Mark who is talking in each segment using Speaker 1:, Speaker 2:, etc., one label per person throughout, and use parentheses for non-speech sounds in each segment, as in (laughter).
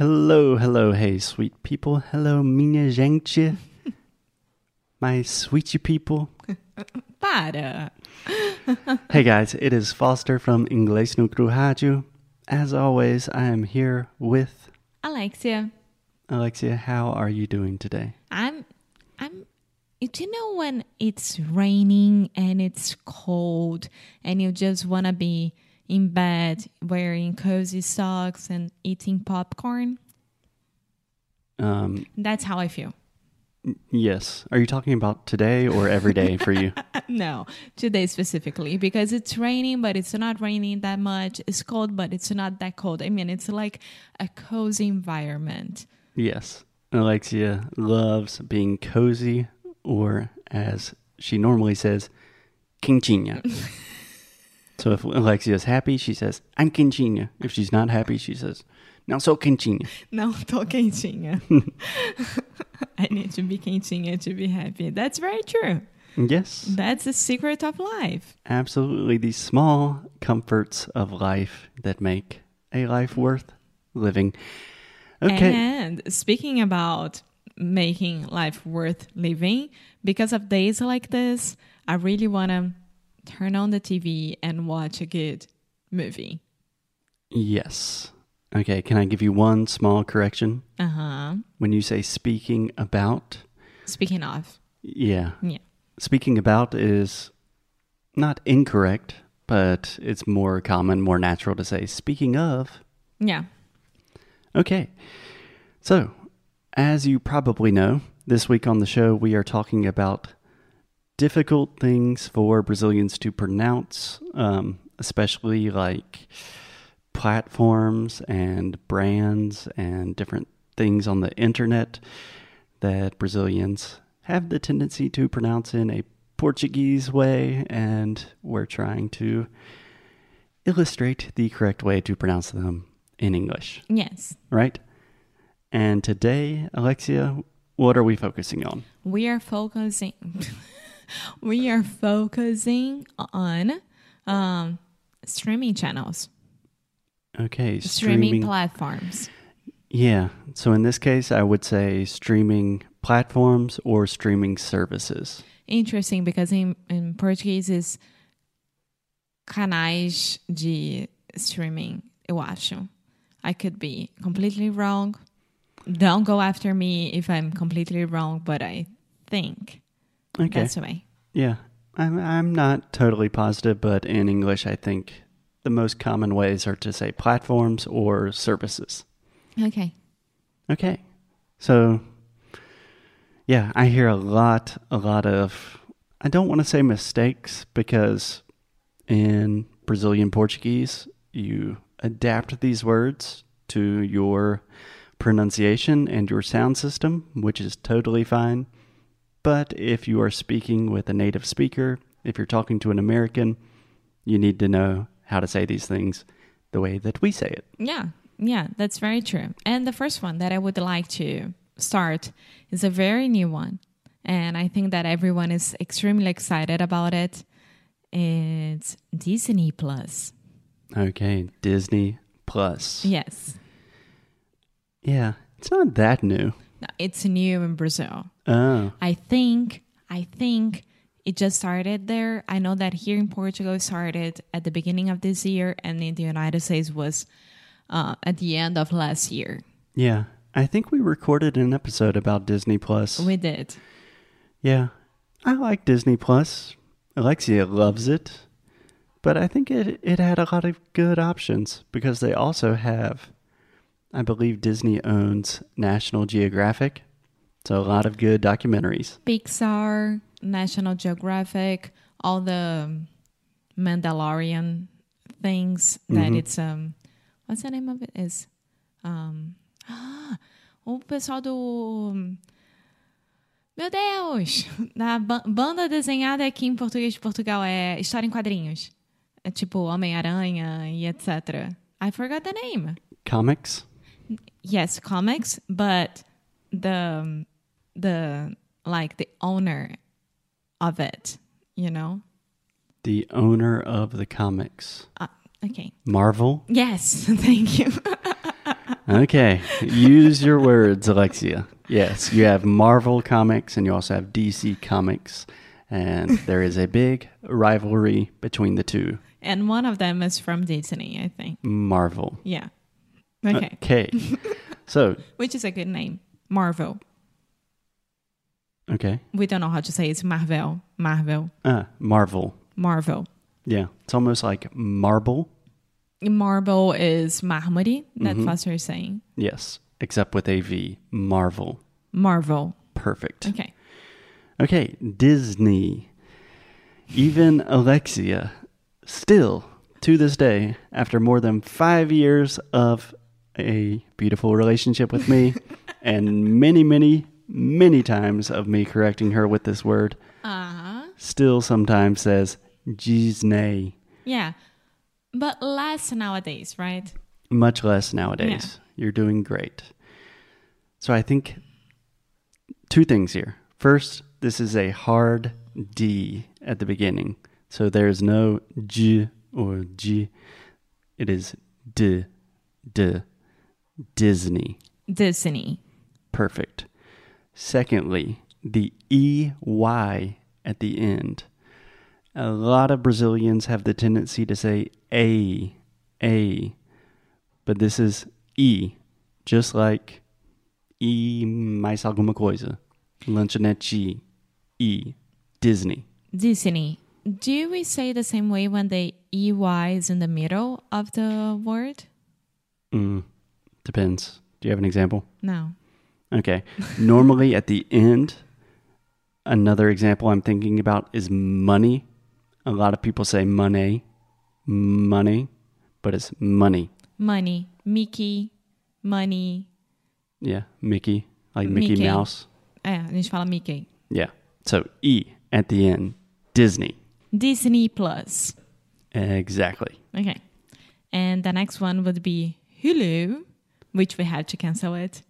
Speaker 1: Hello, hello, hey, sweet people. Hello, minha gente. My sweetie people.
Speaker 2: Para!
Speaker 1: Hey guys, it is Foster from Inglês no Cru Rádio. As always, I am here with
Speaker 2: Alexia,
Speaker 1: Alexia. How are you doing today?
Speaker 2: I'm, I'm, do you know when it's raining and it's cold and you just want to be in bed wearing cozy socks and eating popcorn?
Speaker 1: Um,
Speaker 2: That's how I feel. (laughs)
Speaker 1: yes. Are you talking about today or every day for you?
Speaker 2: No, today specifically because it's raining, but it's not raining that much. It's cold, but it's not that cold. I mean, it's like a cozy environment. (laughs)
Speaker 1: Yes. Alexia loves being cozy, or as she normally says, quinchina. so if Alexia is happy, she says, I'm quinchina. If she's not happy, she says, Não sou quinchina.
Speaker 2: Não (laughs) tô quentinha. (laughs) I need to be quentinha to be happy. That's very true.
Speaker 1: Yes,
Speaker 2: That's the secret of life.
Speaker 1: absolutely. These small comforts of life that make a life worth living. Okay.
Speaker 2: And speaking about making life worth living, because of days like this, I really want to turn on the TV and watch a good movie.
Speaker 1: yes. Okay, can I give you one small correction?
Speaker 2: Uh huh.
Speaker 1: When you say speaking about,
Speaker 2: Speaking of,
Speaker 1: yeah,
Speaker 2: yeah.
Speaker 1: speaking about is not incorrect, but it's more common, more natural to say speaking of.
Speaker 2: Yeah.
Speaker 1: Okay. So, as you probably know, this week on the show, we are talking about difficult things for Brazilians to pronounce, um, especially like platforms and brands and different things on the internet that Brazilians have the tendency to pronounce in a Portuguese way, and we're trying to illustrate the correct way to pronounce them in English
Speaker 2: Yes.
Speaker 1: right? And today, Alexia, what are we focusing on?
Speaker 2: we are focusing (laughs) we are focusing on um, streaming channels
Speaker 1: Okay,
Speaker 2: streaming,
Speaker 1: streaming.
Speaker 2: platforms
Speaker 1: yeah. So in this case, I would say streaming platforms or streaming services.
Speaker 2: interesting because in, in portuguese is canais de streaming eu acho i could be completely wrong don't go after me if i'm completely wrong but i think
Speaker 1: Okay.
Speaker 2: that's the way
Speaker 1: yeah. I'm I'm not totally positive, but in English, I think the most common ways are to say platforms or services.
Speaker 2: okay
Speaker 1: Okay. So yeah, I hear a lot a lot of I don't want to say mistakes because in Brazilian Portuguese you adapt these words to your pronunciation and your sound system, which is totally fine. But if you are speaking with a native speaker, if you're talking to an American, you need to know how to say these things the way that we say it.
Speaker 2: Yeah, yeah, that's very true. And the first one that I would like to start is a very new one. And I think that everyone is extremely excited about it. It's Disney Plus.
Speaker 1: Okay, Disney Plus.
Speaker 2: Yes.
Speaker 1: Yeah, it's not that new.
Speaker 2: No, It's new in Brazil.
Speaker 1: Oh,
Speaker 2: I think, I think it just started there. I know that here in Portugal it started at the beginning of this year and in the United States was uh, at the end of last year.
Speaker 1: yeah. I think we recorded an episode about Disney Plus.
Speaker 2: We did.
Speaker 1: yeah, I like Disney Plus. Alexia loves it, but I think it it had a lot of good options because they also have, I believe, Disney owns National Geographic, so a lot of good documentaries.
Speaker 2: Pixar, National Geographic, all the Mandalorian things that it's um what's the name of it is um ah, o pessoal do Meu Deus, da ba- banda desenhada aqui em português de Portugal é história em quadrinhos. É tipo Homem-Aranha e etc. I forgot the name.
Speaker 1: Comics.
Speaker 2: yes comics but the the like the owner of it you know
Speaker 1: The owner of the comics,
Speaker 2: uh, okay (laughs)
Speaker 1: Marvel.
Speaker 2: yes thank you
Speaker 1: Okay, use your words, Alexia. Yes, you have Marvel Comics and you also have DC Comics, and there is a big rivalry between the two.
Speaker 2: And one of them is from Disney, I think.
Speaker 1: Marvel.
Speaker 2: Yeah. Okay.
Speaker 1: Okay. So,
Speaker 2: Which is a good name. Marvel.
Speaker 1: okay.
Speaker 2: We don't know how to say it. it's Marvel. Marvel.
Speaker 1: Uh, Marvel.
Speaker 2: Marvel.
Speaker 1: Yeah. It's almost like marble.
Speaker 2: Marble is Mahmoudi. That's what you're saying.
Speaker 1: Yes, except with a V. Marvel.
Speaker 2: Marvel.
Speaker 1: Perfect.
Speaker 2: Okay.
Speaker 1: Okay, Disney. Even Alexia, still to this day, after more than five years of a beautiful relationship with me, and many, many, many times of me correcting her with this word,
Speaker 2: Uh-huh.
Speaker 1: still sometimes says Disney,
Speaker 2: Yeah. But less nowadays, right?
Speaker 1: much less nowadays. You're doing great. So I think two things here. First, this is a hard D at the beginning. So there's no G or G. It is D, D, Disney.
Speaker 2: Disney.
Speaker 1: Perfect. Secondly, the EY at the end. A lot of Brazilians have the tendency to say A, A, but this is E, just like E mais alguma coisa. Lanchonete, E, Disney.
Speaker 2: Disney. Do we say the same way when the EY is in the middle of the word?
Speaker 1: Mm, depends. Do you have an example?
Speaker 2: No.
Speaker 1: Okay. Normally at the end, another example I'm thinking about is money. A lot of people say money, money, but it's money.
Speaker 2: Money. Mickey. Money.
Speaker 1: Yeah, Mickey, like Mickey,
Speaker 2: Mickey.
Speaker 1: Mouse.
Speaker 2: É, a gente fala Mickey.
Speaker 1: Yeah. So E at the end, Disney.
Speaker 2: Disney Plus.
Speaker 1: Exactly. (laughs)
Speaker 2: Okay. And the next one would be Hulu, which we had to cancel it.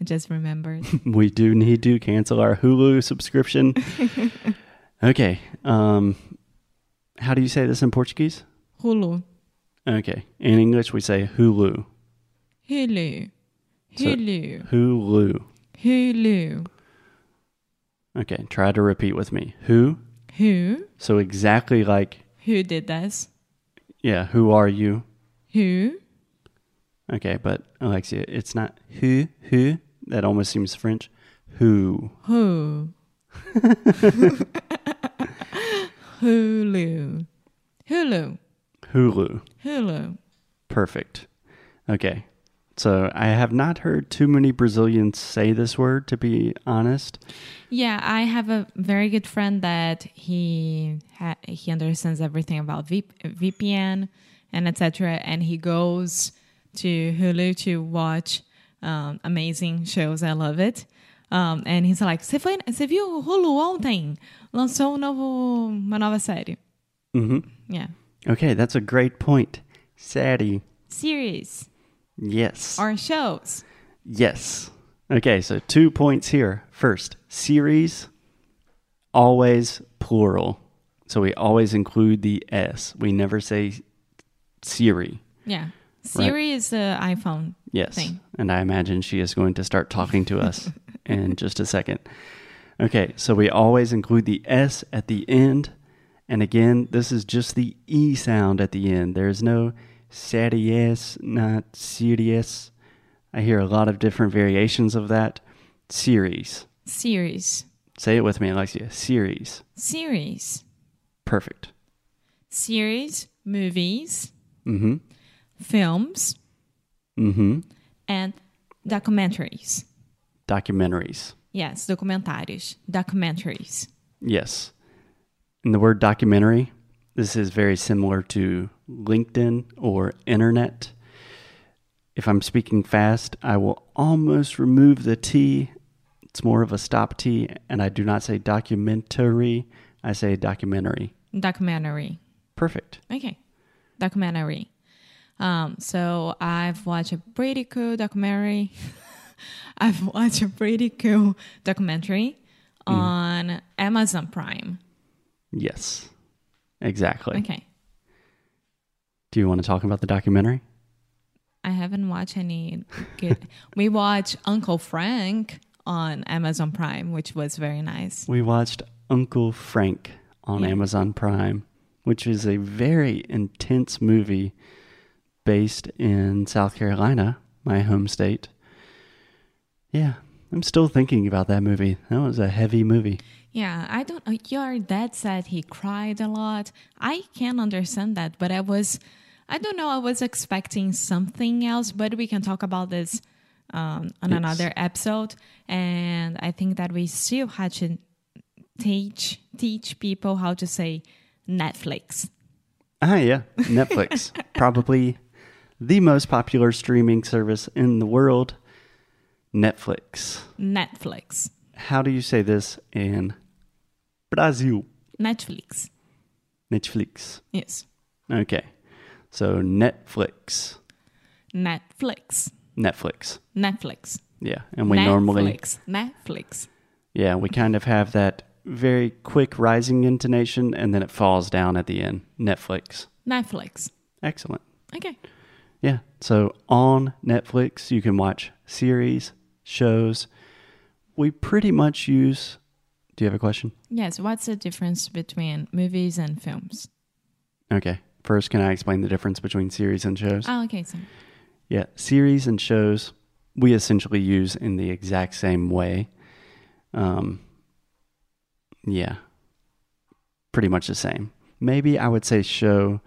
Speaker 2: I just remembered.
Speaker 1: We do need to cancel our Hulu subscription. okay. Um, how do you say this in Portuguese?
Speaker 2: Hulu.
Speaker 1: Okay. In English, we say Hulu.
Speaker 2: Hulu.
Speaker 1: So-
Speaker 2: Hulu.
Speaker 1: Hulu.
Speaker 2: Hulu.
Speaker 1: Okay, try to repeat with me. Who?
Speaker 2: Who?
Speaker 1: So exactly like,
Speaker 2: Who did this?
Speaker 1: yeah, who are you?
Speaker 2: Who?
Speaker 1: Okay, but Alexia, it's not who, who. That almost seems French. Who?
Speaker 2: Who? Hulu. Hulu.
Speaker 1: Hulu.
Speaker 2: Hulu.
Speaker 1: Perfect. Okay. So I have not heard too many Brazilians say this word, to be honest.
Speaker 2: Yeah, I have a very good friend that he ha- he understands everything about v- VPN and etc. And he goes to Hulu to watch um, amazing shows. I love it. Um, and he's like, você foi, você viu o Hulu ontem? Lançou um novo, uma nova série.
Speaker 1: Mm-hmm.
Speaker 2: Yeah,
Speaker 1: Okay, that's a great point. Sadie.
Speaker 2: series
Speaker 1: Yes.
Speaker 2: or shows.
Speaker 1: Yes. Okay, so two points here. First, series, always plural. So we always include the S. We never say Siri.
Speaker 2: Yeah, Siri is the iPhone.
Speaker 1: Yes.
Speaker 2: Thing.
Speaker 1: And I imagine she is going to start talking to us in just a second. Okay, so we always include the S at the end. And again, this is just the E sound at the end. There is no serious, not serious. I hear a lot of different variations of that. Series.
Speaker 2: Series,
Speaker 1: Say it with me, Alexia. Series.
Speaker 2: series,
Speaker 1: Perfect.
Speaker 2: series, movies.
Speaker 1: Mm
Speaker 2: films
Speaker 1: hmm. Mm hmm.
Speaker 2: and documentaries.
Speaker 1: Documentaries.
Speaker 2: Yes, documentários, documentaries.
Speaker 1: Yes. And the word documentary, this is very similar to LinkedIn or internet. If I'm speaking fast, I will almost remove the T. It's more of a stop T, and I do not say documentary, I say documentary.
Speaker 2: Documentary.
Speaker 1: Perfect.
Speaker 2: Okay. Documentary. Um, so I've watched a pretty cool documentary. (laughs) I've watched a pretty cool documentary on Amazon Prime.
Speaker 1: Yes. Exactly.
Speaker 2: Okay.
Speaker 1: Do you want to talk about the documentary?
Speaker 2: I haven't watched any good. we watched Uncle Frank on Amazon Prime, which was very nice.
Speaker 1: We watched Uncle Frank on
Speaker 2: Yeah.
Speaker 1: Amazon Prime, which is a very intense movie based in South Carolina, my home state. Yeah, I'm still thinking about that movie. That was a heavy movie.
Speaker 2: Yeah, I don't. uh, Your dad said he cried a lot. I can understand that, but I was, I don't know. I was expecting something else, but we can talk about this um, on
Speaker 1: Yes.
Speaker 2: another episode. And I think that we still had to teach teach people how to say Netflix.
Speaker 1: Ah, yeah, Netflix. Probably the most popular streaming service in the world. Netflix.
Speaker 2: Netflix.
Speaker 1: How do you say this in Brazil?
Speaker 2: Netflix.
Speaker 1: Netflix.
Speaker 2: Yes.
Speaker 1: Okay. So Netflix.
Speaker 2: Netflix.
Speaker 1: Netflix.
Speaker 2: Netflix.
Speaker 1: Yeah. And we normally
Speaker 2: Netflix. Netflix.
Speaker 1: Yeah, we kind of have that very quick rising intonation and then it falls down at the end. Netflix.
Speaker 2: Netflix.
Speaker 1: Excellent.
Speaker 2: Okay.
Speaker 1: Yeah. So on Netflix, you can watch series, shows. We pretty much use. Do you have a question?
Speaker 2: Yes. What's the difference between movies and films?
Speaker 1: Okay. First, can I explain the difference between series and shows?
Speaker 2: Oh, okay. So,
Speaker 1: Yeah, series and shows we essentially use in the exact same way. Um, yeah, pretty much the same. Maybe I would say show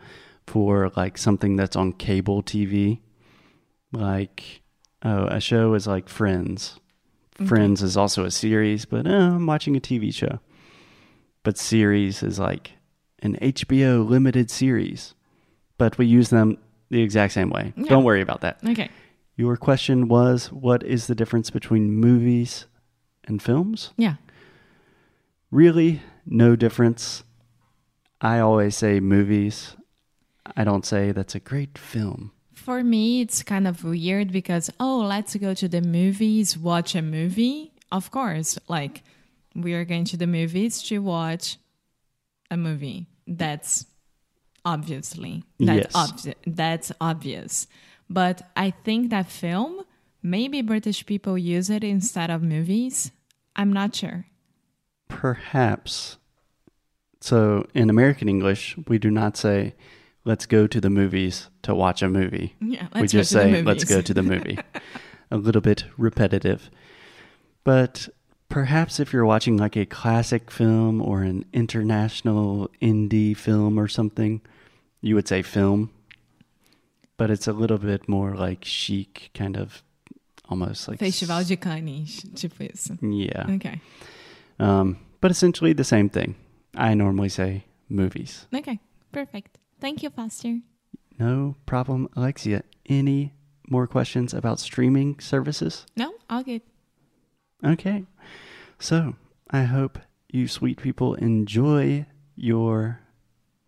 Speaker 1: for like something that's on cable TV. Like, oh, a show is like Friends.
Speaker 2: Okay.
Speaker 1: Friends is also a series, but eh, I'm watching a TV show. But series is like an HBO limited series. But we use them the exact same way.
Speaker 2: Yeah.
Speaker 1: Don't worry about that.
Speaker 2: okay.
Speaker 1: Your question was what is the difference between movies and films?
Speaker 2: Yeah.
Speaker 1: Really, no difference. I always say movies. I don't say that's a great film.
Speaker 2: For me, it's kind of weird because, oh, let's go to the movies, watch a movie. Of course. Like, we are going to the movies to watch a movie. That's obviously
Speaker 1: Yes.
Speaker 2: that's obvi- that's obvious but i think that film maybe british people use it instead of movies i'm not sure (laughs)
Speaker 1: Perhaps. So, in American English, we do not say, let's go to the movies to watch a movie.
Speaker 2: yeah
Speaker 1: we
Speaker 2: go
Speaker 1: just
Speaker 2: to the
Speaker 1: say, let's
Speaker 2: movies."
Speaker 1: go to the
Speaker 2: (laughs)
Speaker 1: movie. a little bit repetitive. But perhaps if you're watching like a classic film or an international indie film or something, you would say film. But it's a little bit more like chic, kind of almost like.
Speaker 2: Festival de Cannes, (laughs) tipo isso.
Speaker 1: Yeah.
Speaker 2: Okay. Mm.
Speaker 1: Um, but essentially the same thing. I normally say movies.
Speaker 2: Okay. Perfect. Thank you, Foster.
Speaker 1: No problem, Alexia. Any more questions about streaming services?
Speaker 2: No, all good.
Speaker 1: Okay. So I hope you sweet people enjoy your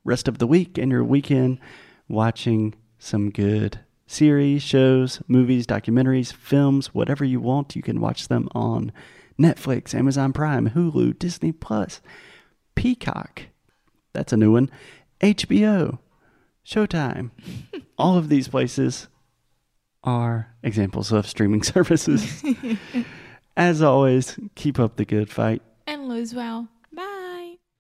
Speaker 1: rest of the week and your weekend watching some good series, shows, movies, documentaries, films, whatever you want. You can watch them on Netflix, Amazon Prime, Hulu, Disney Plus, Peacock. That's a new one. HBO, Showtime. All of these places are examples of streaming (laughs) services. As always, keep up the good fight.
Speaker 2: And lose well.